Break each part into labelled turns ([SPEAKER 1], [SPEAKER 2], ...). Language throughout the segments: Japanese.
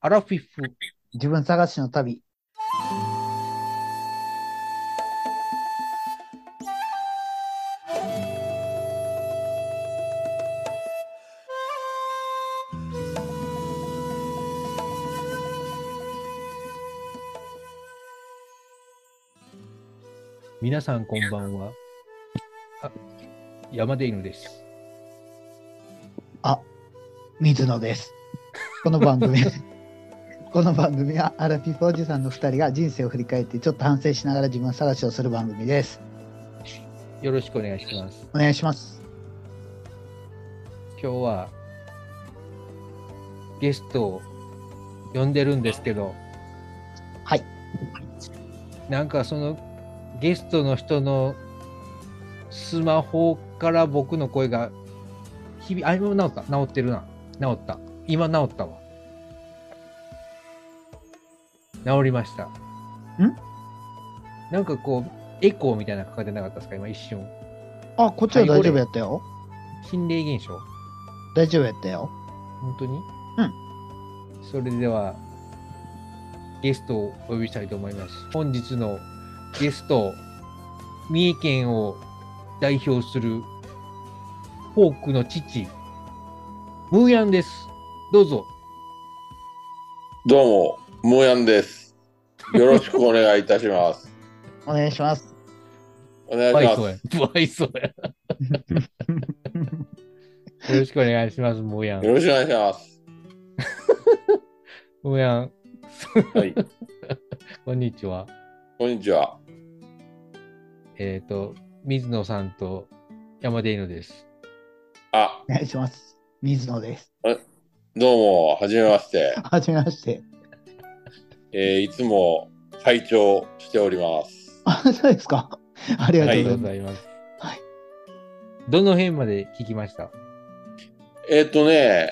[SPEAKER 1] アラフィフ。
[SPEAKER 2] 自分探しの旅。
[SPEAKER 1] 皆さんこんばんは。あ山で犬です。
[SPEAKER 2] 水野です。この番 組この番組はアラフィフおじさんの2人が人生を振り返ってちょっと反省しながら自分探しをする番組です。
[SPEAKER 1] よろしくお願いします。
[SPEAKER 2] お願いします。
[SPEAKER 1] 今日はゲストを呼んでるんですけど。
[SPEAKER 2] はい。
[SPEAKER 1] なんかそのゲストの人のスマホから僕の声が日々、あ、今治った。治ってるな。治った。今治ったわ。治りました。
[SPEAKER 2] ん
[SPEAKER 1] なんかこう、エコーみたいなのかかってなかったですか今一瞬。
[SPEAKER 2] あ、こっちは大丈夫やったよ。
[SPEAKER 1] 心霊現象
[SPEAKER 2] 大丈夫やったよ。
[SPEAKER 1] 本当に
[SPEAKER 2] うん。
[SPEAKER 1] それでは、ゲストをお呼びしたいと思います。本日のゲスト、三重県を代表するフォークの父、ムーヤンです。どうぞ。
[SPEAKER 3] どうも、ムーヤンです。よろしくお願いいたします。
[SPEAKER 2] お願いします。
[SPEAKER 3] お願
[SPEAKER 1] 不
[SPEAKER 3] い
[SPEAKER 1] 愛
[SPEAKER 3] し
[SPEAKER 1] 想
[SPEAKER 3] ま
[SPEAKER 1] や
[SPEAKER 3] す。。
[SPEAKER 1] 不愛想や。よろしくお願いします、ムーヤン。
[SPEAKER 3] よろしくお願いします。
[SPEAKER 1] ムーヤン、
[SPEAKER 3] はい、
[SPEAKER 1] こんにちは。
[SPEAKER 3] こんにちは。
[SPEAKER 1] えっ、と、水野さんと山出犬です。
[SPEAKER 3] あ、
[SPEAKER 2] お願いします。水野です。
[SPEAKER 3] どうも、はじめまして。
[SPEAKER 2] はじめまして。
[SPEAKER 3] えーいつも拝聴しております。
[SPEAKER 2] あ、そうですか。ありが
[SPEAKER 1] あ
[SPEAKER 2] とう
[SPEAKER 1] り
[SPEAKER 2] ご
[SPEAKER 1] が
[SPEAKER 2] ざ
[SPEAKER 1] と
[SPEAKER 2] いう
[SPEAKER 1] ご
[SPEAKER 2] ます。
[SPEAKER 1] ざいます。
[SPEAKER 2] はい
[SPEAKER 1] どの辺まで聞きました
[SPEAKER 3] えっ、とね、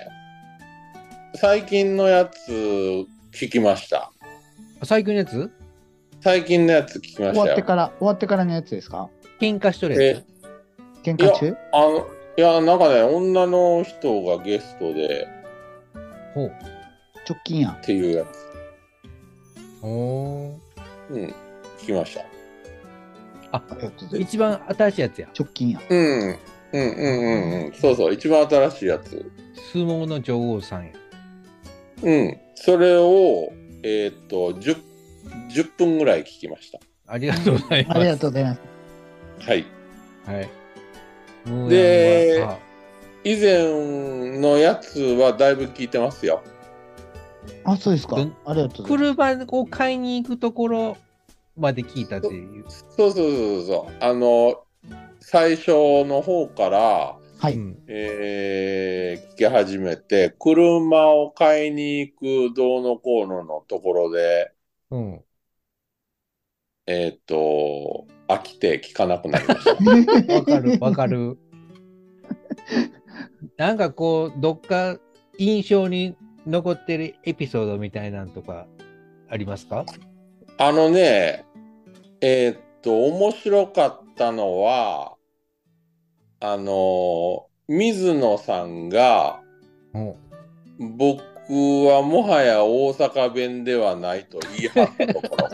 [SPEAKER 3] 最近のやつ聞きました。
[SPEAKER 1] 最近のやつ
[SPEAKER 3] 最近のやつ聞きまし
[SPEAKER 2] 終わ
[SPEAKER 3] た
[SPEAKER 2] って
[SPEAKER 3] よ。
[SPEAKER 2] から、終わってからのやつですか
[SPEAKER 1] 喧嘩しとるやつ。
[SPEAKER 2] 喧嘩中
[SPEAKER 3] あの、いや、なんかね、女の人がゲストで
[SPEAKER 1] ほう。
[SPEAKER 2] 直近やん。
[SPEAKER 3] っていうやつ、
[SPEAKER 1] お
[SPEAKER 3] うん、聞きました。
[SPEAKER 2] ありがとうございます
[SPEAKER 1] 一番新しいやつや。
[SPEAKER 2] 直近やん。
[SPEAKER 3] うん、うん、うん、うん、うん、そうそう、一番新しいやつ。
[SPEAKER 1] 相撲の女王さんや。
[SPEAKER 3] うん、それを、えーっと 10, 10分ぐらい聞きました。
[SPEAKER 1] ありがとうございま
[SPEAKER 2] ありがとうございます。
[SPEAKER 3] はい、
[SPEAKER 1] す。はい。もう
[SPEAKER 3] で
[SPEAKER 1] あ
[SPEAKER 3] 以前のやつはだいぶ聞いてますよ。
[SPEAKER 2] あ、そうですか。
[SPEAKER 1] どん
[SPEAKER 2] ありがとうございま
[SPEAKER 1] 車
[SPEAKER 2] す。
[SPEAKER 1] を買いに行くところまで聞いたっていう。
[SPEAKER 3] そうそうそうそう。あの最初の方から、
[SPEAKER 2] はい
[SPEAKER 1] うん
[SPEAKER 3] えー聞き始めて車を買いに行くどうのこうののところで、
[SPEAKER 1] うん。
[SPEAKER 3] えーっと飽きて聞かなくなりました。
[SPEAKER 1] わかる、わかる。 なんかこう、どっか印象に残ってるエピソードみたいなんとかありますか
[SPEAKER 3] あのね、えーっと、面白かったのは、あの、水野さんが、
[SPEAKER 1] うん。
[SPEAKER 3] 僕はもはや大阪弁ではないと言い張ったところ。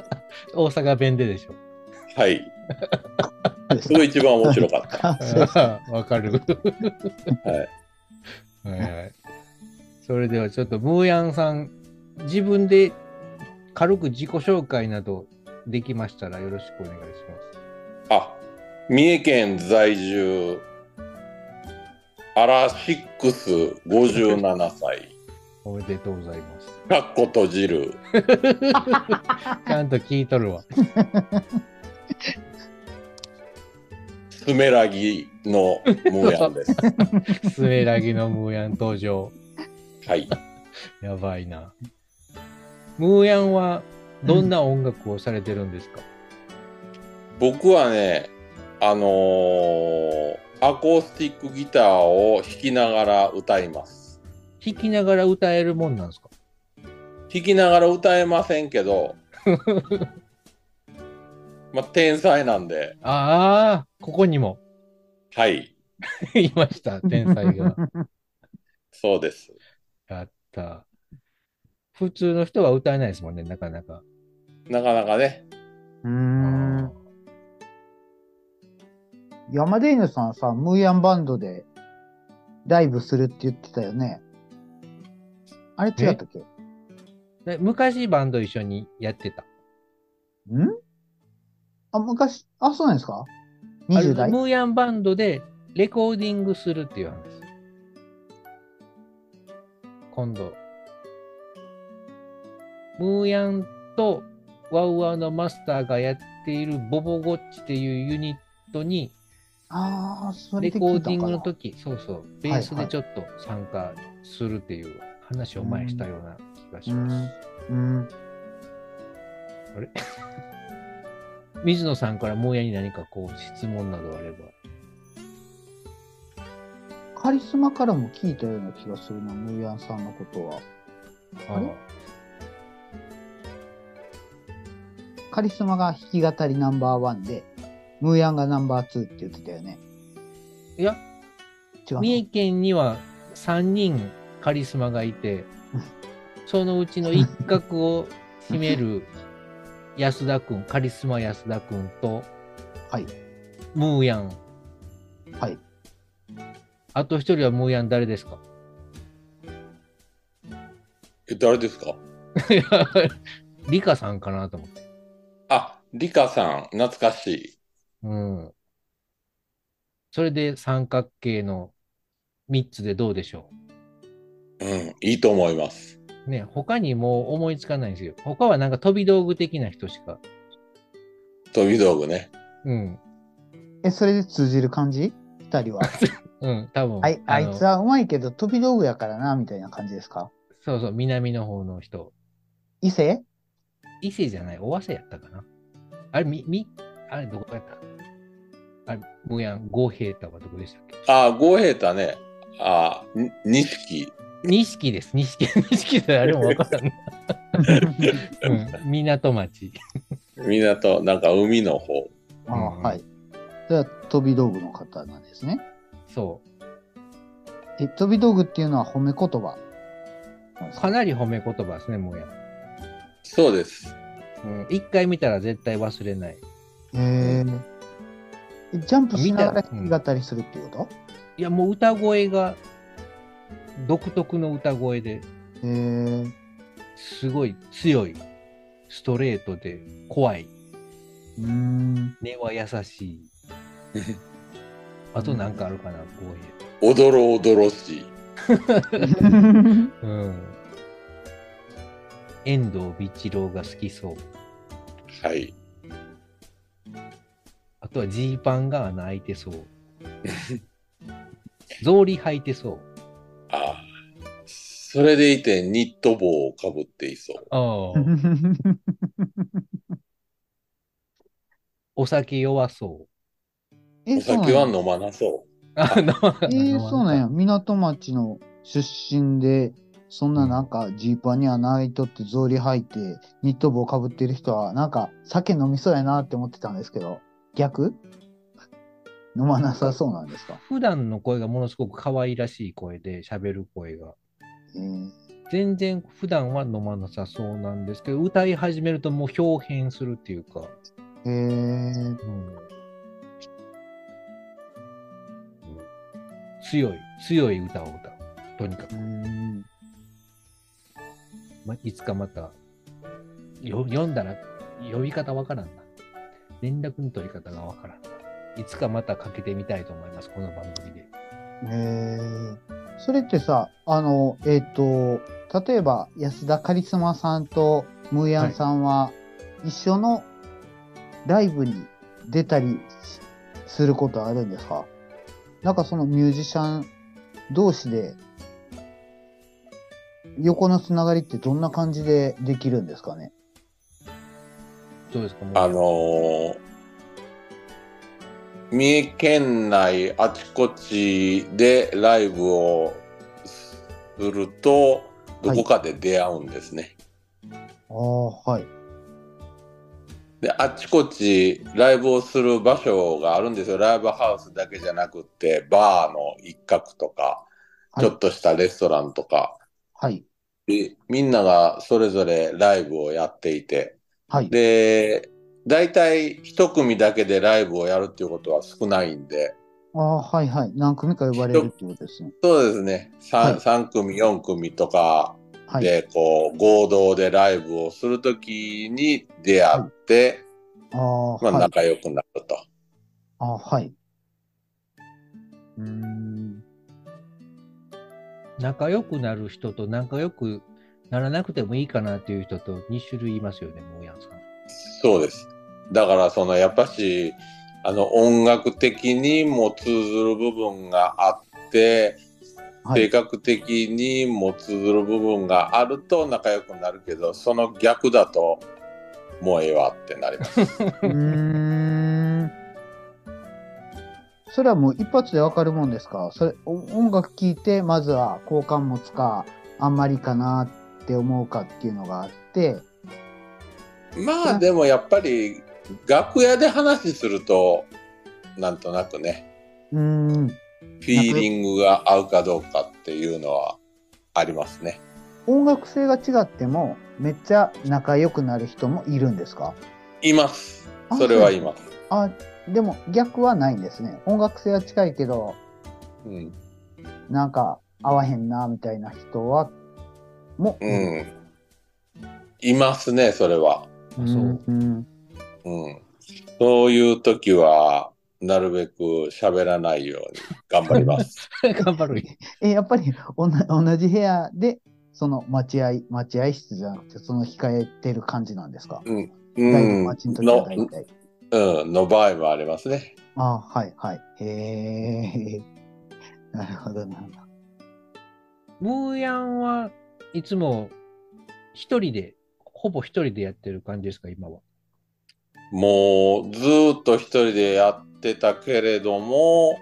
[SPEAKER 1] 大阪弁ででしょ。
[SPEAKER 3] はい。
[SPEAKER 2] そうで
[SPEAKER 3] それが一番面白かった。
[SPEAKER 2] あ そうです
[SPEAKER 1] わかる。。
[SPEAKER 3] はい
[SPEAKER 1] はいはい。それではちょっと、ムーヤンさん、自分で軽く自己紹介などできましたらよろしくお願いします。
[SPEAKER 3] あ、三重県在住、アラシックス57歳、
[SPEAKER 1] おめでとうござい ます。
[SPEAKER 3] かっこ閉じる。
[SPEAKER 1] ちゃんと聞いとるわ。
[SPEAKER 3] スメラギのムーヤンです。
[SPEAKER 1] スメラギのムーヤン登場。
[SPEAKER 3] はい。
[SPEAKER 1] やばいな。ムーヤンはどんな音楽をされてるんですか、
[SPEAKER 3] 僕はねあのーアコースティックギターを弾きながら歌います
[SPEAKER 1] 弾きながら歌えるもんなんですか
[SPEAKER 3] 弾きながら歌えませんけどまあ天才なんで
[SPEAKER 1] ああ、ここにも
[SPEAKER 3] はい
[SPEAKER 1] いま した、天才が。
[SPEAKER 3] そうです
[SPEAKER 1] やった。普通の人は歌えないですもんね、なかなか。
[SPEAKER 3] なかなかね。
[SPEAKER 1] う
[SPEAKER 2] うん。山田犬さんさ、ムーヤンバンドでライブするって言ってたよね。あれ違ったっけ
[SPEAKER 1] で昔バンド一緒にやってた。
[SPEAKER 2] んあ、昔、あ、そうなんですか
[SPEAKER 1] あれ
[SPEAKER 2] ?20 代
[SPEAKER 1] ムーヤンバンドでレコーディングするっていう話。今度。ムーヤンとワウワウのマスターがやっているボボゴッチっていうユニットに
[SPEAKER 2] ああ、それ
[SPEAKER 1] レ
[SPEAKER 2] で
[SPEAKER 1] コ
[SPEAKER 2] 聞
[SPEAKER 1] ー
[SPEAKER 2] いた
[SPEAKER 1] ディ
[SPEAKER 2] の
[SPEAKER 1] ングの
[SPEAKER 2] かな。
[SPEAKER 1] 時、そうそう、ベース
[SPEAKER 2] はい
[SPEAKER 1] で
[SPEAKER 2] はい
[SPEAKER 1] ちょっと参加するっていう話を前にしたような気がします。
[SPEAKER 2] うん。
[SPEAKER 1] 水野さんからもうやに何かこう質問などあれば。
[SPEAKER 2] カリスマからも聞いたような気がするな、ムーヤンさんのことは。あれカリスマが弾き語りナンバーワンで、ムーヤンがナンバーツーって言ってたよね。
[SPEAKER 1] いや、
[SPEAKER 2] 違うの
[SPEAKER 1] 三重県には3人カリスマがい て、そのうちの一角を占める 安田くん、カリスマ安田くんと、
[SPEAKER 2] はい。
[SPEAKER 1] ムーヤン。
[SPEAKER 2] はい。
[SPEAKER 1] あと一人はムーヤン誰ですか
[SPEAKER 3] え、誰ですか
[SPEAKER 1] いやリカさんかなと思って。
[SPEAKER 3] あ、リカさん、懐かしい。
[SPEAKER 1] うん。それで三角形の3つでどうでしょ
[SPEAKER 3] うん、いいと思います。
[SPEAKER 1] うね、他にもう思いつかないんですよ。他はなんか飛び道具的な人しか。
[SPEAKER 3] 飛び道具ね。
[SPEAKER 1] うん。
[SPEAKER 2] え、それで通じる感じ 二人は。
[SPEAKER 1] うん、多分。
[SPEAKER 2] あいあ
[SPEAKER 1] あの
[SPEAKER 2] いつはうまいけど飛び道具やからな、みたいな感じですか
[SPEAKER 1] そうそう、南の方の人。
[SPEAKER 2] 伊勢
[SPEAKER 1] 伊勢じゃない、尾鷲やったかな。あれ、み、み、あれ、どこやったあれ、むやん、五平太はどこでしたっけ
[SPEAKER 3] あ、五平太ね。あ、に錦。
[SPEAKER 1] 錦です、錦。 錦ってあれもわからんない。 うん、港町。
[SPEAKER 3] 港、なんか海の方。
[SPEAKER 2] ああ、
[SPEAKER 1] うん
[SPEAKER 2] はい。それは飛び道具の方なんですね。
[SPEAKER 1] そ
[SPEAKER 2] え、飛び道具っていうのは褒め言葉なんです
[SPEAKER 1] う。
[SPEAKER 2] か。
[SPEAKER 1] かなり褒め言葉ですね、むやん。
[SPEAKER 3] そうです。
[SPEAKER 1] うん、一回見たら絶対忘れない。
[SPEAKER 2] へーえ。ジャンプしながら
[SPEAKER 1] 見たうん
[SPEAKER 2] 弾き語りするっていうこ
[SPEAKER 1] いや、もう歌声が、独特の歌声で
[SPEAKER 2] とへえ。
[SPEAKER 1] すごい強い、ストレートで怖い、
[SPEAKER 2] うーん。
[SPEAKER 1] 根は優し い。あとなんかあるかな、こ
[SPEAKER 3] おどろおどろしい。
[SPEAKER 1] ういう。うん。遠藤美一郎が好きそう。
[SPEAKER 3] はい。
[SPEAKER 1] あとはジーパンが穴開いてそう。 草履履いてそう。
[SPEAKER 3] あ、それでいてニット帽をかぶっていそう。
[SPEAKER 1] ああ。お酒弱そう。
[SPEAKER 2] え
[SPEAKER 3] お
[SPEAKER 2] そうなん
[SPEAKER 3] 酒
[SPEAKER 2] や
[SPEAKER 3] は飲まなそう。
[SPEAKER 1] あの
[SPEAKER 2] えー、そうなんや。。港町の出身で、そんななんかジーパンに穴開いとって、草履履いて、ニット帽かぶってる人は、なんか酒飲みそうやなって思ってたんですけど、逆飲まなさそうなんですか。
[SPEAKER 1] 普段の声がものすごく可愛らしい声で喋る声が。
[SPEAKER 2] えー、
[SPEAKER 1] 全然普段は飲まなさそうなんですけど、歌い始めるともう表変するっていうか。
[SPEAKER 2] えー、
[SPEAKER 1] うん強い、強い歌を歌う。とにかく
[SPEAKER 2] う、ん
[SPEAKER 1] ま、いつかまた、よ読んだら呼び方わからんな。連絡の取り方がわからんな。いつかまたかけてみたいと思います、この番組で。
[SPEAKER 2] えー、それってさ、あの、えっ、と、例えば安田カリスマさんとムーヤンさんは、一緒のライブに出たりしすることあるんですかなんかそのミュージシャン同士で、横のつながりってどんな感じでできるんですかね
[SPEAKER 1] どうですか、もう
[SPEAKER 3] あのー三重県内あちこちでライブをすると、どこかで出会うんですね。
[SPEAKER 2] ああ、はい。
[SPEAKER 3] であっちこっちライブをする場所があるんですよライブハウスだけじゃなくってバーの一角とか、
[SPEAKER 2] はい
[SPEAKER 3] ちょっとしたレストランとか
[SPEAKER 2] はい。
[SPEAKER 3] いみんながそれぞれライブをやっていて、
[SPEAKER 2] はい。
[SPEAKER 3] で、大体一組だけでライブをやるっていうことは少ないんで、
[SPEAKER 2] ああ、はいはい。何組か呼ばれるってことですね。
[SPEAKER 3] そうですね、
[SPEAKER 2] は
[SPEAKER 3] 3,
[SPEAKER 2] い
[SPEAKER 3] 三組、4組とか
[SPEAKER 2] はい。
[SPEAKER 3] で、こう、合同でライブをするときに出会って、
[SPEAKER 2] ああ、
[SPEAKER 3] まあ、
[SPEAKER 2] はい。
[SPEAKER 3] 仲良くなると。
[SPEAKER 2] ああ、はい。
[SPEAKER 1] うーん仲良くなる人と仲良くならなくてもいいかなっていう人と2種類いますよね、もうやんさん。
[SPEAKER 3] そうです。だからそのやっぱしあの音楽的にも通ずる部分があって、
[SPEAKER 2] はい
[SPEAKER 3] 性格的にも通ずる部分があると仲良くなるけどその逆だともうええわってな ります。
[SPEAKER 2] うーん。それはもう一発でわかるもんですかそれお音楽聴いて、まずは好感持つか、あんまりかなって思うかっていうのがあって、
[SPEAKER 3] まあでもやっぱり楽屋で話するとなんとなくね
[SPEAKER 2] うーん。
[SPEAKER 3] フィーリングが合うかどうかっていうのはありますね。
[SPEAKER 2] 音楽性が違っても、めっちゃ仲良くなる人もいるんですか
[SPEAKER 3] います
[SPEAKER 2] あ。
[SPEAKER 3] それはいます。
[SPEAKER 2] あ、でも逆はないんですね。音楽性は近いけど、
[SPEAKER 3] うん、
[SPEAKER 2] なんか合わへんな、みたいな人は、も、
[SPEAKER 3] うん。いますね、それは。
[SPEAKER 1] あそう。
[SPEAKER 2] うん。
[SPEAKER 3] うん。そういう時は、なるべく喋らないように頑張り ます。
[SPEAKER 1] 頑張る。
[SPEAKER 2] え、やっぱりおな同じ部屋で、その待合、待合室じゃなくて、その控えてる感じなんですか、
[SPEAKER 3] う
[SPEAKER 2] 大体
[SPEAKER 3] ん。
[SPEAKER 2] 待ちの時は
[SPEAKER 3] の、
[SPEAKER 2] 大体。
[SPEAKER 3] うん、の場合もありますね。
[SPEAKER 2] あはいはい。へえ。 なるほどな。
[SPEAKER 1] ムーヤンはいつも一人で、ほぼ一人でやってる感じですか、今は。
[SPEAKER 3] もう、ずーっと一人でやってたけれども、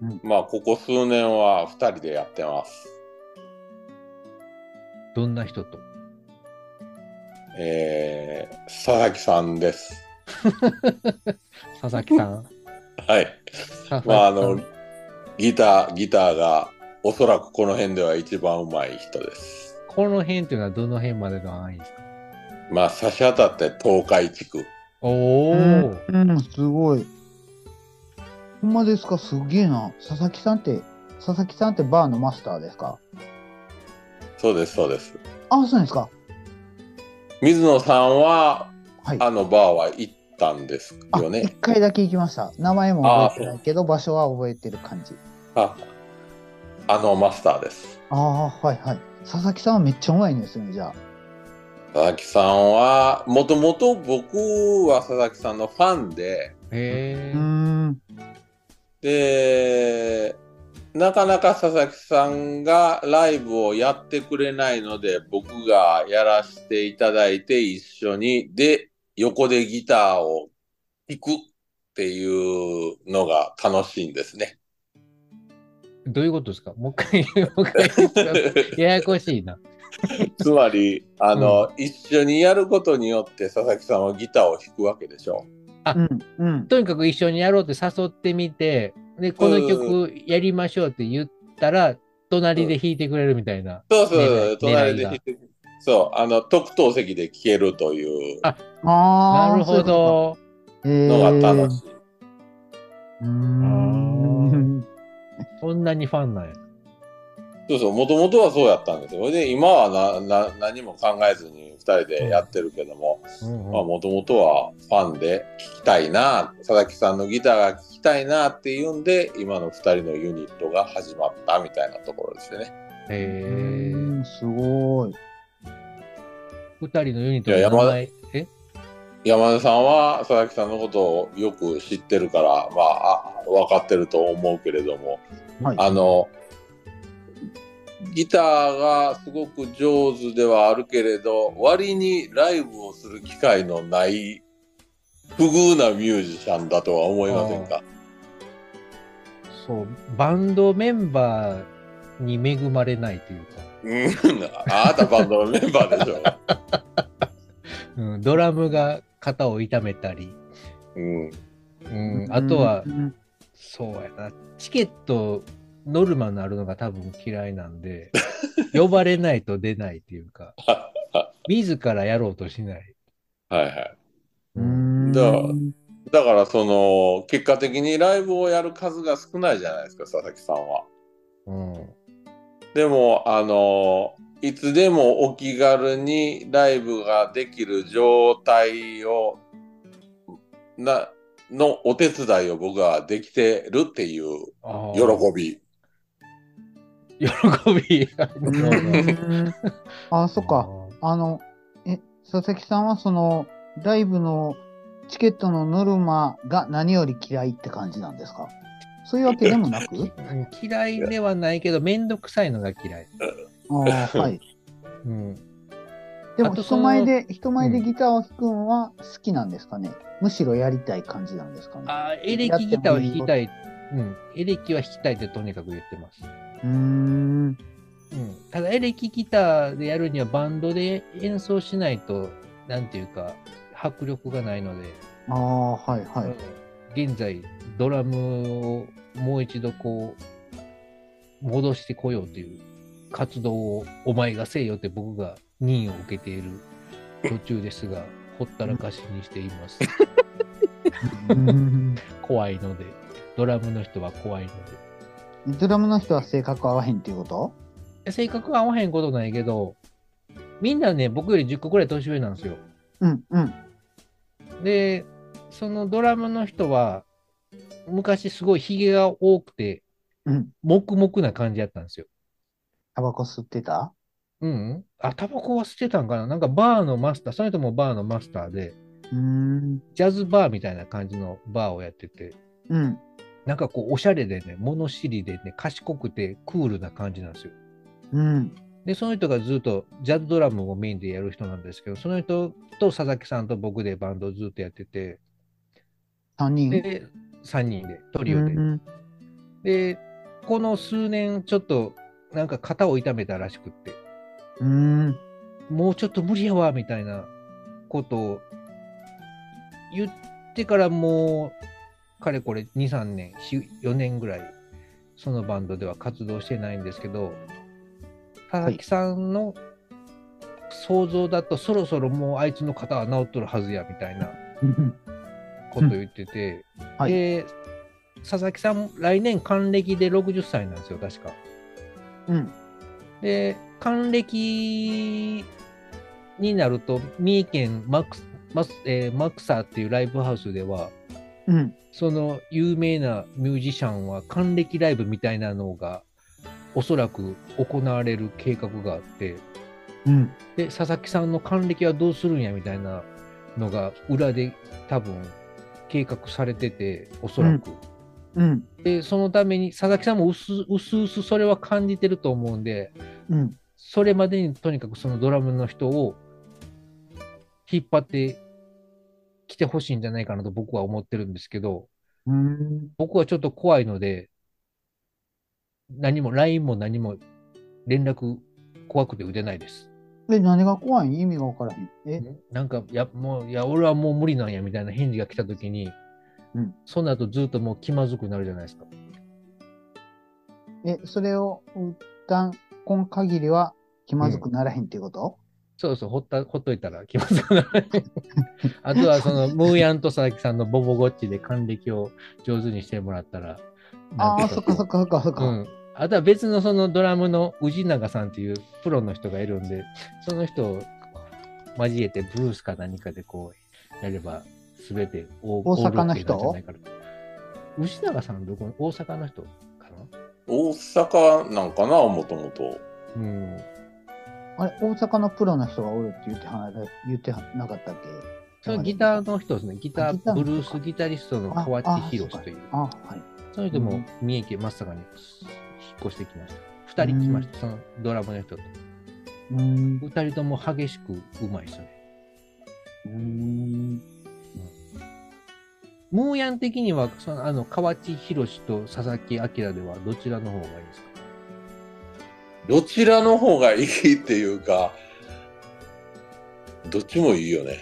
[SPEAKER 2] うん
[SPEAKER 3] まあ、ここ数年は二人でやってます。
[SPEAKER 1] どんな人と。
[SPEAKER 3] えー、佐々木さんです。
[SPEAKER 1] 佐々木さ ん。
[SPEAKER 3] はい。
[SPEAKER 1] 佐 々木さん
[SPEAKER 3] まあ、あの、ギター、ギターが、おそらくこの辺では一番うまい人です。
[SPEAKER 1] この辺っていうのはどの辺までが範囲ですか
[SPEAKER 3] まあ差し当たって東海地区
[SPEAKER 1] おお、
[SPEAKER 2] うん、すごい。ほんまですかすげえな。佐々木さんって、佐々木さんってバーのマスターですか
[SPEAKER 3] そうですそうです
[SPEAKER 2] あ、そうなんですか
[SPEAKER 3] 水野さんは
[SPEAKER 2] はい。
[SPEAKER 3] あのバーは行ったんです
[SPEAKER 2] あ、
[SPEAKER 3] よ
[SPEAKER 2] 一
[SPEAKER 3] ね
[SPEAKER 2] 回だけ行きました。名前も覚えてないけど、場所は覚えてる感じ。
[SPEAKER 3] ああのマスターです
[SPEAKER 2] ああ、はいはい。佐々木さんはめっちゃうまいんですね、じゃ
[SPEAKER 3] 佐々木さんはもともと僕は佐々木さんのファンで
[SPEAKER 2] あ。
[SPEAKER 1] へ
[SPEAKER 2] うーん。
[SPEAKER 3] でなかなか佐々木さんがライブをやってくれないので僕がやらせていただいて一緒にで横でギターを弾くっていうのが楽しいんですね。
[SPEAKER 1] え。どういうことですかもう一回、もう 一回言ってください。ややこしいな。
[SPEAKER 3] つまりあの、一緒にやることによって佐々木さんはギターを弾くわけでしょ
[SPEAKER 2] うん、うん。
[SPEAKER 1] とにかく一緒にやろうって誘ってみて、で、この曲やりましょうって言ったら、隣で弾いてくれるみたいな。
[SPEAKER 3] そうそうそう
[SPEAKER 1] 狙い狙いが
[SPEAKER 3] 隣で弾いてそうあの特等席で聴けるという
[SPEAKER 1] あ
[SPEAKER 2] ああ。
[SPEAKER 1] なるほど。
[SPEAKER 2] そういう
[SPEAKER 3] のが
[SPEAKER 2] ことか。
[SPEAKER 3] 楽
[SPEAKER 2] え
[SPEAKER 3] しい、
[SPEAKER 2] ー、うーん。
[SPEAKER 1] そんなにファンなんや。
[SPEAKER 3] そうそうもともとはそうやったんですよそれで今はなな何も考えずに2人でやってるけども
[SPEAKER 1] うんうん
[SPEAKER 3] もともとはファンで聴きたいな佐々木さんのギターが聴きたいなっていうんで今の2人のユニットが始まったみたいなところですよね。
[SPEAKER 2] う
[SPEAKER 1] へえ。
[SPEAKER 2] ーん、すごい。
[SPEAKER 1] 二人のユニット
[SPEAKER 3] いや
[SPEAKER 1] の
[SPEAKER 3] 山
[SPEAKER 1] 名
[SPEAKER 3] 田
[SPEAKER 1] 前。え
[SPEAKER 3] 山田さんは佐々木さんのことをよく知ってるから、まあ、あ分かってると思うけれども
[SPEAKER 2] はい。
[SPEAKER 3] あのギターがすごく上手ではあるけれど割にライブをする機会のない不遇なミュージシャンだとは思いませんか
[SPEAKER 1] そう、バンドメンバーに恵まれないというか、
[SPEAKER 3] うんあなたバンドのメンバーでしょ、
[SPEAKER 1] うん、ドラムが肩を痛めたり、
[SPEAKER 3] うん、
[SPEAKER 1] うん、あとは
[SPEAKER 2] う、ん
[SPEAKER 1] そうやな、チケットノルマのあるのが多分嫌いなんで、呼ばれないと出ないっていうか、自らやろうとしない。
[SPEAKER 3] はいはい。
[SPEAKER 2] うん
[SPEAKER 3] だだからその結果的にライブをやる数が少ないじゃないですか佐々木さんは。
[SPEAKER 1] うん。
[SPEAKER 3] でもあのいつでもお気軽にライブができる状態をなのお手伝いを僕はできてるっていう
[SPEAKER 1] あ
[SPEAKER 3] 喜
[SPEAKER 1] ー
[SPEAKER 3] び。
[SPEAKER 1] 喜び。
[SPEAKER 2] うんあ、そっか。。あの、え、佐々木さんはその、ライブのチケットのノルマが何より嫌いって感じなんですかそういうわけでもなく
[SPEAKER 1] 嫌いではないけど、めんどくさいのが嫌い。
[SPEAKER 2] あ ーはい。
[SPEAKER 1] うん。
[SPEAKER 2] で
[SPEAKER 1] あ
[SPEAKER 2] も
[SPEAKER 1] と
[SPEAKER 2] 人
[SPEAKER 1] その
[SPEAKER 2] 前で、人前で
[SPEAKER 1] うん
[SPEAKER 2] ギターを弾くのは好きなんですかね、むしろやりたい感じなんですかね
[SPEAKER 1] あーエレキギターを弾きたい。うん。エレキは弾きたいってとにかく言ってます。
[SPEAKER 2] うーん。
[SPEAKER 1] うん、ただエレキギターでやるにはバンドで演奏しないとなんていうか迫力がないので、
[SPEAKER 2] ああ、はいはい。
[SPEAKER 1] うん現在ドラムをもう一度こう戻してこようという活動をお前がせよって僕が任を受けている途中ですがほったらかしにしてい ます
[SPEAKER 2] うーん
[SPEAKER 1] 怖いのでドラムの人は怖いので
[SPEAKER 2] ドラムの人は性格合わへんっていうこと
[SPEAKER 1] 性格は合わへんことないけどみんなね僕より10個くらい年上なんですよ
[SPEAKER 2] うんうん。
[SPEAKER 1] で、そのドラムの人は、昔すごいヒゲが多くて、
[SPEAKER 2] うん。
[SPEAKER 1] 黙々な感じやったんですよ。
[SPEAKER 2] タバコ吸ってた
[SPEAKER 1] うん、うん。あ、タバコは捨てたんかななんかバーのマスター、それともバーのマスターで、
[SPEAKER 2] うーん。
[SPEAKER 1] ジャズバーみたいな感じのバーをやってて、
[SPEAKER 2] うん。
[SPEAKER 1] なんかこう、おしゃれでね、物知りでね、賢くてクールな感じなんですよ。
[SPEAKER 2] うん。
[SPEAKER 1] で、その人がずっとジャズドラムをメインでやる人なんですけど、その人と佐々木さんと僕でバンドをずっとやってて、
[SPEAKER 2] 3人。
[SPEAKER 1] で、3人で、トリ
[SPEAKER 2] う
[SPEAKER 1] オで。
[SPEAKER 2] ん
[SPEAKER 1] で、この数年、ちょっと、なんか肩を痛めたらしくって、
[SPEAKER 2] うん。う
[SPEAKER 1] もうちょっと無理やわ、みたいなことを言ってからもう、かれこれ2、3年、4年ぐらい、そのバンドでは活動してないんですけど、佐々木さんの想像だと、そろそろもうあいつの肩は治っとるはずや、みたいな
[SPEAKER 2] ーん。
[SPEAKER 1] ことを言ってて、
[SPEAKER 2] うんはい
[SPEAKER 1] で、佐々木さん、来年還暦で60歳なんですよ、確か。
[SPEAKER 2] うん。
[SPEAKER 1] で、還暦になると、三重県マクスマス、えーマクサーっていうライブハウスでは、
[SPEAKER 2] うん。
[SPEAKER 1] その有名なミュージシャンは還暦ライブみたいなのが、おそらく行われる計画があって、
[SPEAKER 2] うん。
[SPEAKER 1] で、佐々木さんの還暦はどうするんやみたいなのが裏で多分計画されてて、おそらく。
[SPEAKER 2] うん。
[SPEAKER 1] で、そのために佐々木さんもうすうすうすそれは感じてると思うんで、
[SPEAKER 2] うん。
[SPEAKER 1] それまでにとにかくそのドラムの人を引っ張ってきてほしいんじゃないかなと僕は思ってるんですけど、
[SPEAKER 2] うん。
[SPEAKER 1] 僕はちょっと怖いので、何も、LINE も何も連絡怖くて打てないです。
[SPEAKER 2] え、何が怖いん意味がわからへん。え、
[SPEAKER 1] なんか、いや、もう、いや、俺はもう無理なんやみたいな返事が来たときに、
[SPEAKER 2] うん
[SPEAKER 1] その後ずっともう気まずくなるじゃないですか。
[SPEAKER 2] え、それを、一旦、今限りは気まずくならへんっていうこと、
[SPEAKER 1] そうそう、ほった、ほっといたら気まずくなる。 あとは、その、ムーヤンと佐々木さんのボボゴッチで還暦を上手にしてもらったら。
[SPEAKER 2] あ
[SPEAKER 1] な
[SPEAKER 2] あ、
[SPEAKER 1] ん
[SPEAKER 2] そっ
[SPEAKER 1] こ
[SPEAKER 2] か
[SPEAKER 1] う
[SPEAKER 2] そっかそっかそっか。
[SPEAKER 1] うん。あとは別のそのドラムの宇永さんっていうプロの人がいるんで、その人を交えてブルースか何かでこう、やれば、すべて大
[SPEAKER 2] 大阪の人
[SPEAKER 1] オールオッケーなんじゃないかな宇永さんどこ大阪の人かな
[SPEAKER 3] 大阪なんかなもともと。
[SPEAKER 1] うん。
[SPEAKER 2] あれ、大阪のプロの人がおるって言ってはな、言ってはなかったっけ
[SPEAKER 1] それギターの人ですね。ギタ
[SPEAKER 2] あギター
[SPEAKER 1] ー、
[SPEAKER 2] の
[SPEAKER 1] ブ
[SPEAKER 2] 人か
[SPEAKER 1] ルースギタリストの
[SPEAKER 2] あ
[SPEAKER 1] 河内博士という。
[SPEAKER 2] あ、はい。
[SPEAKER 1] その人
[SPEAKER 2] う
[SPEAKER 1] も
[SPEAKER 2] ん
[SPEAKER 1] 三重県松坂に引っ越してきました。二人来ました、そのドラムの人と。
[SPEAKER 2] うーん。
[SPEAKER 1] 二人とも激しくうまいですね。
[SPEAKER 2] うーん。
[SPEAKER 1] ムーヤン的には、そのあの河内宏と佐々木明ではどちらの方がいいですか
[SPEAKER 3] どちらの方がいいっていうか、どっちもいいよね。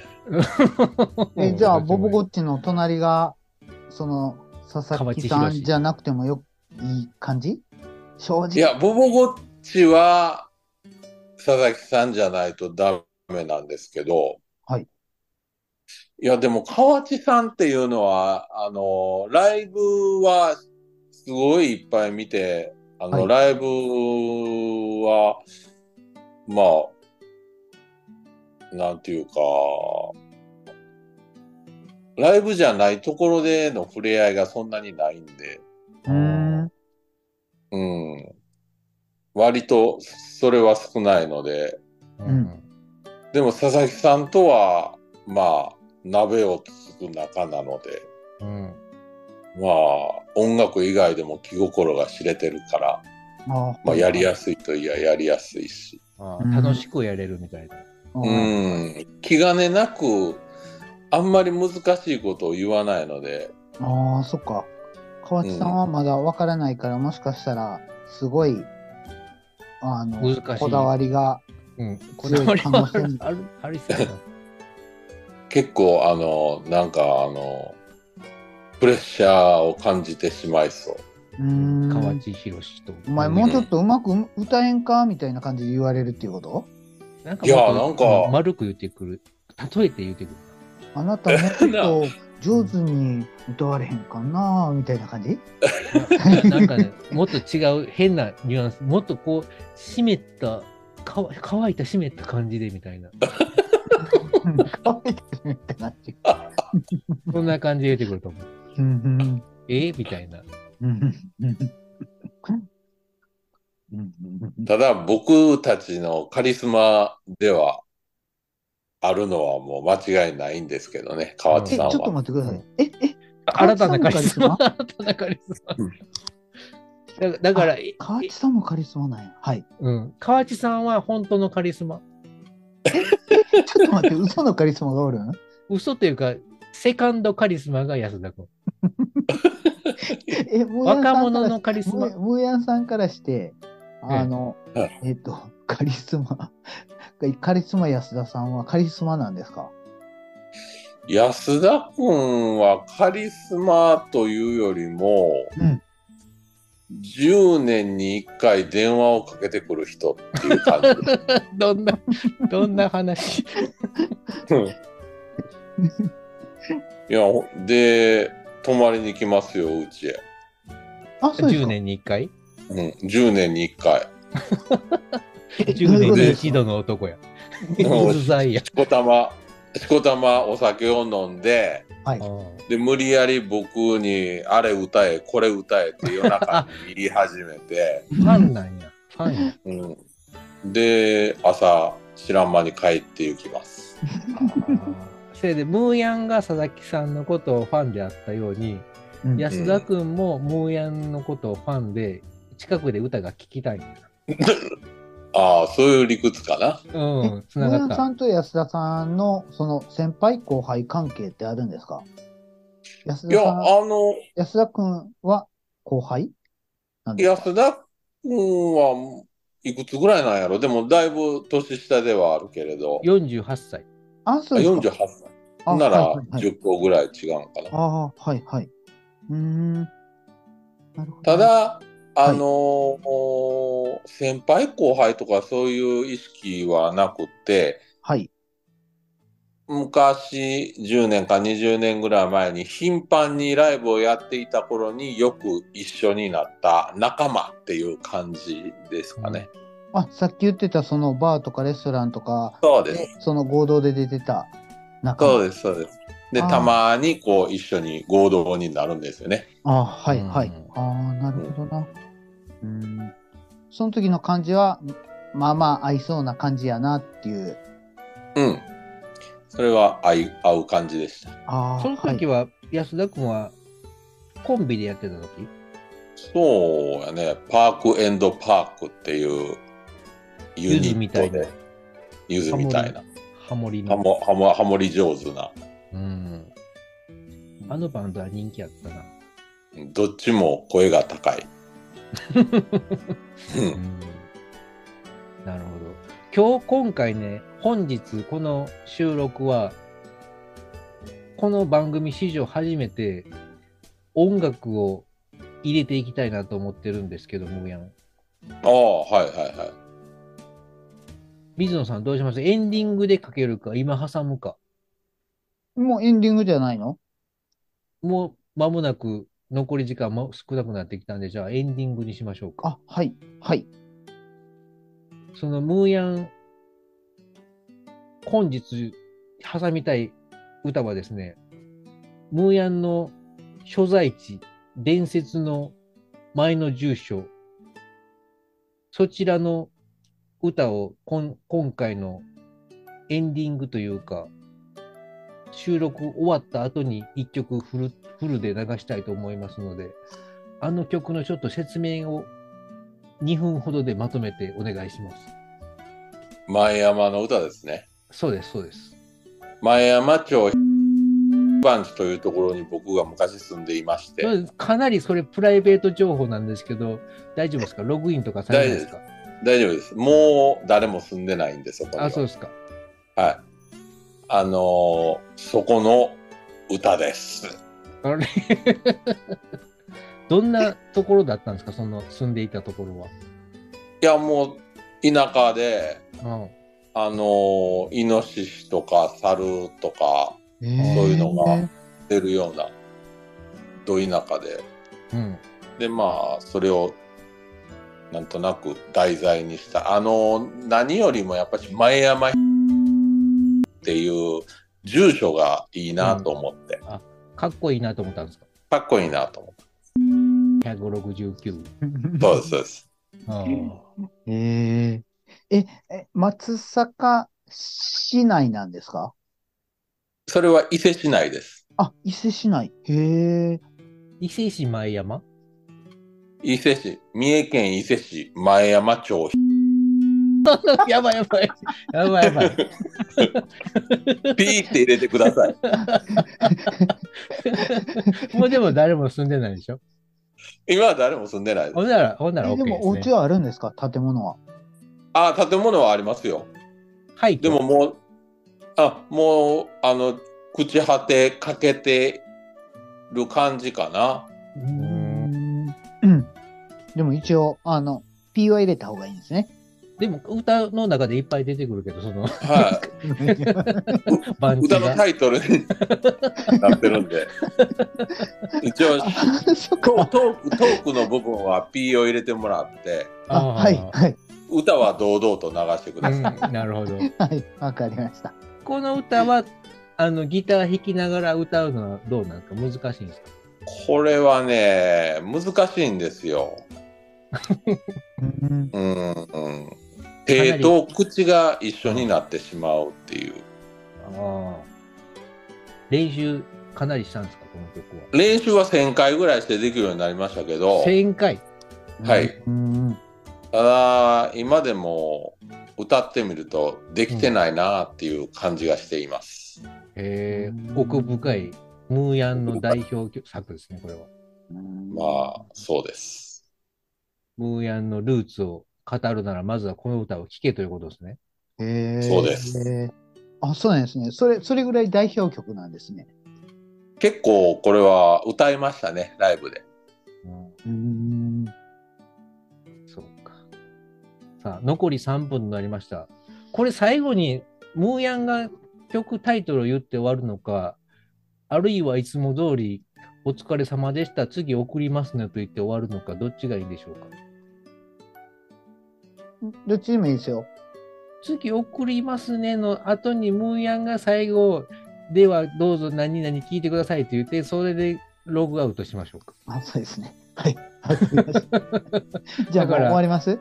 [SPEAKER 2] え、じゃあ、
[SPEAKER 1] どっちも
[SPEAKER 2] ボ
[SPEAKER 1] いい
[SPEAKER 2] ボゴッチの隣が、その、佐々木
[SPEAKER 1] 河
[SPEAKER 2] さ
[SPEAKER 1] 内
[SPEAKER 2] ん
[SPEAKER 1] 宏
[SPEAKER 2] じゃなくてもよ、いい感じ正直。
[SPEAKER 3] いや、ボボゴッチは佐々木さんじゃないとダメなんですけど、
[SPEAKER 2] はい。
[SPEAKER 3] いや、でも河内さんっていうのは、あの、ライブはすごいいっぱい見て、あの、
[SPEAKER 2] はい
[SPEAKER 3] ライブは、まあ、なんていうか、ライブじゃないところでの触れ合いがそんなにないんで、
[SPEAKER 2] うーん。
[SPEAKER 3] うん。割とそれは少ないので、
[SPEAKER 1] うん
[SPEAKER 3] でも佐々木さんとは、まあ、鍋をつつく仲なので、
[SPEAKER 1] うん
[SPEAKER 3] まあ、音楽以外でも気心が知れてるから、
[SPEAKER 2] あ
[SPEAKER 3] まあ、やりやすいといややりやすいし、
[SPEAKER 1] あ
[SPEAKER 2] うん
[SPEAKER 1] ー楽しくやれるみたいな。
[SPEAKER 2] う
[SPEAKER 3] うんん、気兼ねなく、あんまり難しいことを言わないので、
[SPEAKER 2] ああ、そっか。河内さんはまだわからないから、もしかしたら、すごい、あの、
[SPEAKER 1] 難しい
[SPEAKER 2] こだわりが、
[SPEAKER 1] うん、こだ
[SPEAKER 2] 強
[SPEAKER 1] わ
[SPEAKER 2] い
[SPEAKER 1] り
[SPEAKER 2] 可能
[SPEAKER 1] は
[SPEAKER 2] 性も
[SPEAKER 1] あるありそうだな。
[SPEAKER 3] 結構、あの、なんか、あの、プレッシャーを感じてしまいそう。
[SPEAKER 2] うーん。
[SPEAKER 1] 河内宏と。
[SPEAKER 2] お前、
[SPEAKER 1] うん
[SPEAKER 2] もうちょっとうまくう歌えんかみたいな感じで言われるっていうこと
[SPEAKER 1] なんか
[SPEAKER 3] いや
[SPEAKER 1] もっと
[SPEAKER 3] なんか
[SPEAKER 1] 丸く言ってくる。例えて言ってくる。
[SPEAKER 2] あなたもうち ょっと上手に歌われへんかなみたいな感じ
[SPEAKER 1] なんかね、もっと違う変なニュアンス、もっとこう、湿った、かわ乾いた湿った感じでみたいな。
[SPEAKER 2] 可愛いですねって感じ。
[SPEAKER 1] そんな感じで出てくると思う。
[SPEAKER 2] うん
[SPEAKER 1] えみたいな。
[SPEAKER 2] うんうんうんうんうん
[SPEAKER 3] ただ僕たちのカリスマではあるのはもう間違いないんですけどね、河
[SPEAKER 2] え、
[SPEAKER 3] 内
[SPEAKER 2] ち
[SPEAKER 3] さん
[SPEAKER 2] ょ
[SPEAKER 3] は。
[SPEAKER 2] っと待ってください。え、え、河
[SPEAKER 1] 新
[SPEAKER 2] 内さ
[SPEAKER 1] た
[SPEAKER 2] ん
[SPEAKER 1] な
[SPEAKER 2] の
[SPEAKER 1] カリスマ。
[SPEAKER 2] カ
[SPEAKER 1] 新たなカリスマ
[SPEAKER 3] うん。
[SPEAKER 1] だからだから、え
[SPEAKER 2] 河内さんもカリスマなんや。はい。
[SPEAKER 1] うん、河内さんは本当のカリスマ。
[SPEAKER 2] ちょっと待っ て、嘘のカリスマがおるん
[SPEAKER 1] 嘘というか、セカンドカリスマが安田君。
[SPEAKER 2] え、ムーヤンさんか
[SPEAKER 1] 若
[SPEAKER 2] ら
[SPEAKER 1] 者のカリスマ
[SPEAKER 2] ム。ームーヤンさんからして、あの、
[SPEAKER 3] え
[SPEAKER 2] えっと、カリスマ、カリスマ安田さんはカリスマなんですか
[SPEAKER 3] 安田君はカリスマというよりも、
[SPEAKER 2] うん
[SPEAKER 3] 10年に1回電話をかけてくる人っていう感じ。
[SPEAKER 1] どんな、どんな 話。
[SPEAKER 3] うん いや、ほで、泊まりに来ますよ、うちへ。
[SPEAKER 2] あ、そうです
[SPEAKER 1] 10
[SPEAKER 2] か。
[SPEAKER 1] 年に1回
[SPEAKER 3] うん、10年に1回。
[SPEAKER 2] え
[SPEAKER 1] ?10
[SPEAKER 2] どういう
[SPEAKER 1] 年
[SPEAKER 2] こと
[SPEAKER 1] に
[SPEAKER 2] です
[SPEAKER 1] 一
[SPEAKER 2] か
[SPEAKER 1] 度の男や。
[SPEAKER 3] うん
[SPEAKER 1] うざいや。
[SPEAKER 3] しこたま、しこたまお酒を飲んで、
[SPEAKER 2] はい。
[SPEAKER 3] で無理やり僕にあれ歌えこれ歌えって夜中に言い始めて、
[SPEAKER 1] ファンなんや。ファンや。
[SPEAKER 3] うん、で朝知らん間に帰って行きます
[SPEAKER 1] せいで、ムーヤンが佐々木さんのことをファンであったように、
[SPEAKER 2] うん
[SPEAKER 1] 安田君もムーヤンのことをファンで、近くで歌が聴きたいんだ
[SPEAKER 3] ああそういう理屈かな
[SPEAKER 1] な。うん、つな
[SPEAKER 2] 上
[SPEAKER 1] がっ
[SPEAKER 2] 田さ
[SPEAKER 1] た。
[SPEAKER 2] んと安田さんのその先輩後輩関係ってあるんですか安
[SPEAKER 3] いや
[SPEAKER 2] 田
[SPEAKER 3] あ
[SPEAKER 2] さん
[SPEAKER 3] の
[SPEAKER 2] 安田君は後輩なんですか
[SPEAKER 3] 安田君はいくつぐらいなんやろでもだいぶ年下ではあるけれど
[SPEAKER 1] 48歳。
[SPEAKER 2] あ、
[SPEAKER 3] あ
[SPEAKER 2] そうですか
[SPEAKER 3] 48歳なら
[SPEAKER 2] あはいはいはい
[SPEAKER 3] 10個ぐらい違うのかな
[SPEAKER 2] ああ、はいはい。うーん。なるほど。
[SPEAKER 3] た、だ、あのーお先輩後輩とかそういう意識はなくって、
[SPEAKER 2] はい。
[SPEAKER 3] 昔10年か20年ぐらい前に頻繁にライブをやっていた頃によく一緒になった仲間っていう感じですかね。
[SPEAKER 2] あ、さっき言ってたそのバーとかレストランとか、
[SPEAKER 3] そうです。
[SPEAKER 2] その合同で出てた中
[SPEAKER 3] そうです、そうです。で、
[SPEAKER 2] あー
[SPEAKER 3] たまにこう一緒に合同になるんですよね。
[SPEAKER 2] あはいはい
[SPEAKER 1] うん。
[SPEAKER 2] ああ、なるほどな。うん。その時の感じは、まあまあ合いそうな感じやなっていう。
[SPEAKER 3] うん。それは合い合う感じでした。
[SPEAKER 2] ああ、
[SPEAKER 1] その時
[SPEAKER 2] は
[SPEAKER 1] は、安田君はコンビでやってた時
[SPEAKER 3] そうやね、パークエンドパークっていうユニットで、ゆずみたいな、
[SPEAKER 1] ハモリ
[SPEAKER 3] ハ
[SPEAKER 1] の。
[SPEAKER 3] モハモハモリ上手な、
[SPEAKER 1] うん。あのバンドは人気やったな。
[SPEAKER 3] どっちも声が高い。
[SPEAKER 1] うん
[SPEAKER 3] う
[SPEAKER 1] んなるほど。今日今回ね、本日この収録は、この番組史上初めて音楽を入れていきたいなと思ってるんですけど、ムーヤン。
[SPEAKER 3] ああ、はいはいはい。
[SPEAKER 1] 水野さんどうしますエンディングでかけるか、今挟むか。
[SPEAKER 2] もうエンディングじゃないの
[SPEAKER 1] もう間もなく残り時間も少なくなってきたんで、じゃあエンディングにしましょうか。
[SPEAKER 2] あ、はい、はい。
[SPEAKER 1] そのムーヤン、本日挟みたい歌はですね、ムーヤンの所在地、伝説の前の住所、そちらの歌をこん今回のエンディングというか、収録終わった後に一曲フルフルで流したいと思いますので、あの曲のちょっと説明を2分ほどでまとめてお願いします。
[SPEAKER 3] 前山の歌ですね。
[SPEAKER 1] そうです、そうです。
[SPEAKER 3] 前山町番地というところに僕が昔住んでいまして、
[SPEAKER 1] そうですかなりそれプライベート情報なんですけど、大丈夫ですかログインとかされないですか
[SPEAKER 3] 大丈夫です。もう誰も住んでないんで、そこには。
[SPEAKER 1] あ、そうですか。
[SPEAKER 3] はい。あのーそこの歌です。
[SPEAKER 1] あれどんなところだったんですかその住んでいたところ
[SPEAKER 3] いや、もう田舎で、
[SPEAKER 1] は。
[SPEAKER 3] あのーイノシシとか猿とか
[SPEAKER 2] そう
[SPEAKER 3] そういうのが出るような、ど田舎で。
[SPEAKER 1] うん。うん。
[SPEAKER 3] で、まあ、それを、なんとなく題材にした。あのー何よりもやっぱり前山っていう住所がいいなと思って、
[SPEAKER 1] かっこいいなと思ったんですか
[SPEAKER 3] かっこいいなと思って。
[SPEAKER 1] ?169。
[SPEAKER 3] そうです、そうです。
[SPEAKER 1] あー
[SPEAKER 2] ええ、え、松阪市内なんですか
[SPEAKER 3] それは伊勢市内です。
[SPEAKER 2] あ、伊勢市内。へえ。
[SPEAKER 1] 伊勢市前山
[SPEAKER 3] 伊勢市、三重県伊勢市前山町。
[SPEAKER 1] やばいやばい。やばいやばい。
[SPEAKER 3] ピーって入れてください。
[SPEAKER 1] もうでも誰も住んでないでしょ
[SPEAKER 3] 今は誰も住んでないで
[SPEAKER 1] ほん
[SPEAKER 3] す。
[SPEAKER 1] なら、ほんなら
[SPEAKER 2] え
[SPEAKER 1] OK
[SPEAKER 2] で
[SPEAKER 1] で
[SPEAKER 2] も、お
[SPEAKER 1] す
[SPEAKER 2] 家
[SPEAKER 1] ね。
[SPEAKER 2] はあるんですか建物は。
[SPEAKER 3] あ、建物はありますよ。
[SPEAKER 1] はい。
[SPEAKER 3] でももう、あ、もう、あの、朽ち果てかけてる感じかな。
[SPEAKER 1] う、
[SPEAKER 2] うんうん。でも一応、あの、P は入れた方がいいんです ね。
[SPEAKER 1] でも歌の中でいっぱい出てくるけど、そ の
[SPEAKER 3] は
[SPEAKER 1] 番
[SPEAKER 3] い。
[SPEAKER 1] 地
[SPEAKER 3] 歌の
[SPEAKER 1] が。
[SPEAKER 3] タイトル になってるんで。一応ト
[SPEAKER 2] そっ
[SPEAKER 3] ー
[SPEAKER 2] か。
[SPEAKER 3] トーク、トークの部分は P を入れてもらって、
[SPEAKER 2] あ、
[SPEAKER 1] あー
[SPEAKER 2] はい、はい、
[SPEAKER 3] 歌は堂々と流してください。
[SPEAKER 1] うんなるほど。
[SPEAKER 2] はい。わかりました。
[SPEAKER 1] この歌は、あの、ギター弾きながら歌うのはどうなんですか難しいんですか
[SPEAKER 3] これはね、難しいんですよ。
[SPEAKER 2] うん。
[SPEAKER 3] うんうん、手と口が一緒になってしまうっていう
[SPEAKER 1] ああ。練習かなりしたんですかこの曲は。
[SPEAKER 3] 練習は1000回ぐらいしてできるようになりましたけど
[SPEAKER 1] 1000回。
[SPEAKER 3] はい
[SPEAKER 2] うん。
[SPEAKER 3] ただ今でも歌ってみるとできてないなっていう感じがしています、
[SPEAKER 1] えー、奥深い、ムーヤンの代表曲作ですね、これは。
[SPEAKER 3] まあそうです
[SPEAKER 1] ムーヤンのルーツを語るなら、まずはこの歌を聴けということですね。
[SPEAKER 2] へえ。
[SPEAKER 3] そうです
[SPEAKER 2] へー。あ、そうなんですね。それ、それぐらい代表曲なんですね。
[SPEAKER 3] 結構これは歌いましたねライブで
[SPEAKER 1] うん、
[SPEAKER 2] うん。
[SPEAKER 1] そうか。さあ、残り3分になりました。これ最後に、ムーヤンが曲タイトルを言って終わるのか、あるいはいつも通り、お疲れ様でした、次送りますねと言って終わるのか、どっちがいいんでしょうか。
[SPEAKER 2] どっちでもいいですよ。
[SPEAKER 1] 次送りますねの後にムーヤンが最後、ではどうぞ何々聞いてくださいと言って、それでログアウトしましょうか。
[SPEAKER 2] あ、そうですね。はい。わかりました。じゃあ、も
[SPEAKER 1] だ
[SPEAKER 2] う
[SPEAKER 1] から
[SPEAKER 2] 終わります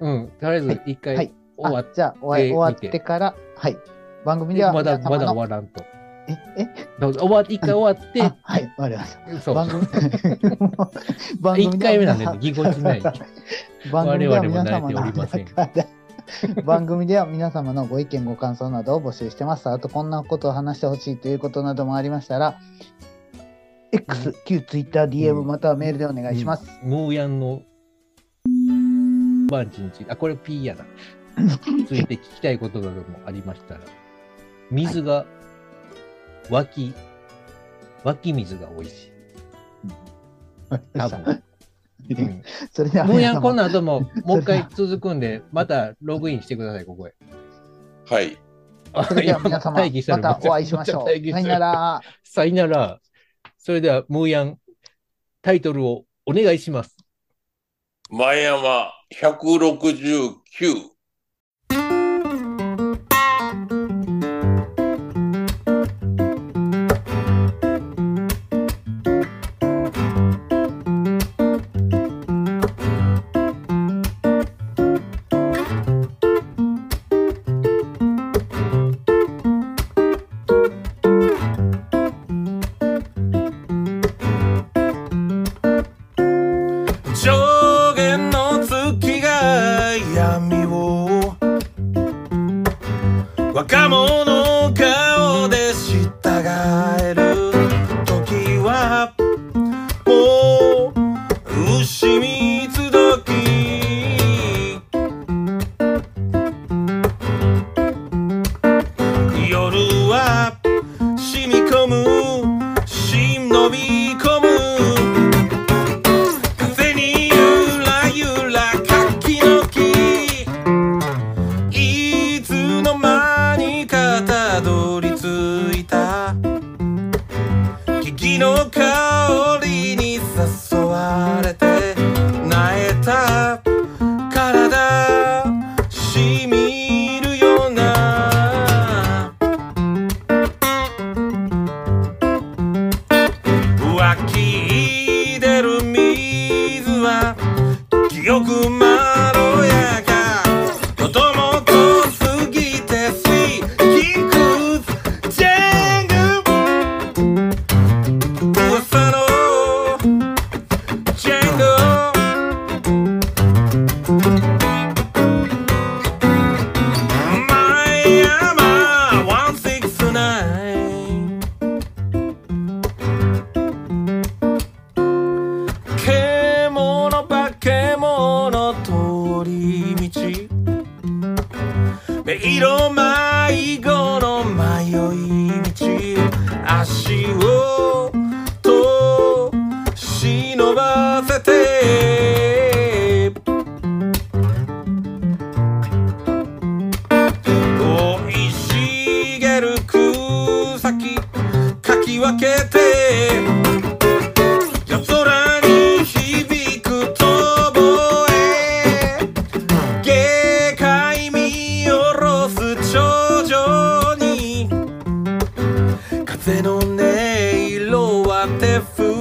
[SPEAKER 1] うん、とりあえず一
[SPEAKER 2] は
[SPEAKER 1] 回
[SPEAKER 2] い
[SPEAKER 1] 終わっ
[SPEAKER 2] あじゃあ終わ、終わっ
[SPEAKER 1] 見て
[SPEAKER 2] てから、はい。番組
[SPEAKER 1] て、
[SPEAKER 2] では、
[SPEAKER 1] まだ
[SPEAKER 2] 皆
[SPEAKER 1] ま
[SPEAKER 2] 様
[SPEAKER 1] だ
[SPEAKER 2] の
[SPEAKER 1] 終わらんと。
[SPEAKER 2] え、え
[SPEAKER 1] どうぞ終わ一回終わって、
[SPEAKER 2] あ、はい、わかりました。
[SPEAKER 1] そう
[SPEAKER 2] 番組番
[SPEAKER 1] 一回目なんで
[SPEAKER 2] で
[SPEAKER 1] ね、ぎこちない。
[SPEAKER 2] 番組では
[SPEAKER 1] 我々も
[SPEAKER 2] 皆
[SPEAKER 1] 慣
[SPEAKER 2] 様
[SPEAKER 1] れておりません
[SPEAKER 2] の 番組では皆様のご意見ご感想などを募集してますあとこんなことを話してほしいということなどもありましたら X 旧 TwitterDM、
[SPEAKER 1] うん
[SPEAKER 2] またはメールでお願いします、
[SPEAKER 1] うんムーヤンの番地について、あ、これ P やな。ついて聞きたいことなどもありましたら、水が湧き、湧き水が美味しい。多分。うん
[SPEAKER 2] それでは
[SPEAKER 1] ムーヤンコ
[SPEAKER 2] 皆
[SPEAKER 1] の
[SPEAKER 2] 様
[SPEAKER 1] 後も、もう一回続くんで、またログインしてください、こ こへ。
[SPEAKER 3] はい。
[SPEAKER 2] それでは皆様、
[SPEAKER 1] 待機して
[SPEAKER 2] ま
[SPEAKER 1] る
[SPEAKER 2] たお会いしましょ
[SPEAKER 1] 待機
[SPEAKER 2] う。
[SPEAKER 1] して
[SPEAKER 2] さ
[SPEAKER 1] る
[SPEAKER 2] よなら。
[SPEAKER 1] さよなら。それでは、ムーヤン、タイトルをお願いします。
[SPEAKER 3] 前山169。
[SPEAKER 4] 上限の月が闇を若者の顔で従える時はもう牛蜜時夜は染み込む忍び込む風にゆらゆら柿の木いつの間にかたどり着いた木々の香りに誘われてなえた体しみるような湧き出る水は記憶まろやか子供と過ぎて See Kings Jangle 噂の Jangle 前山169獣化け物通り道迷路迷子の迷い道足をと忍ばせて生い茂る草木かき分けて夜空に響く遠吠え下界見下ろす頂上に風の音色は手振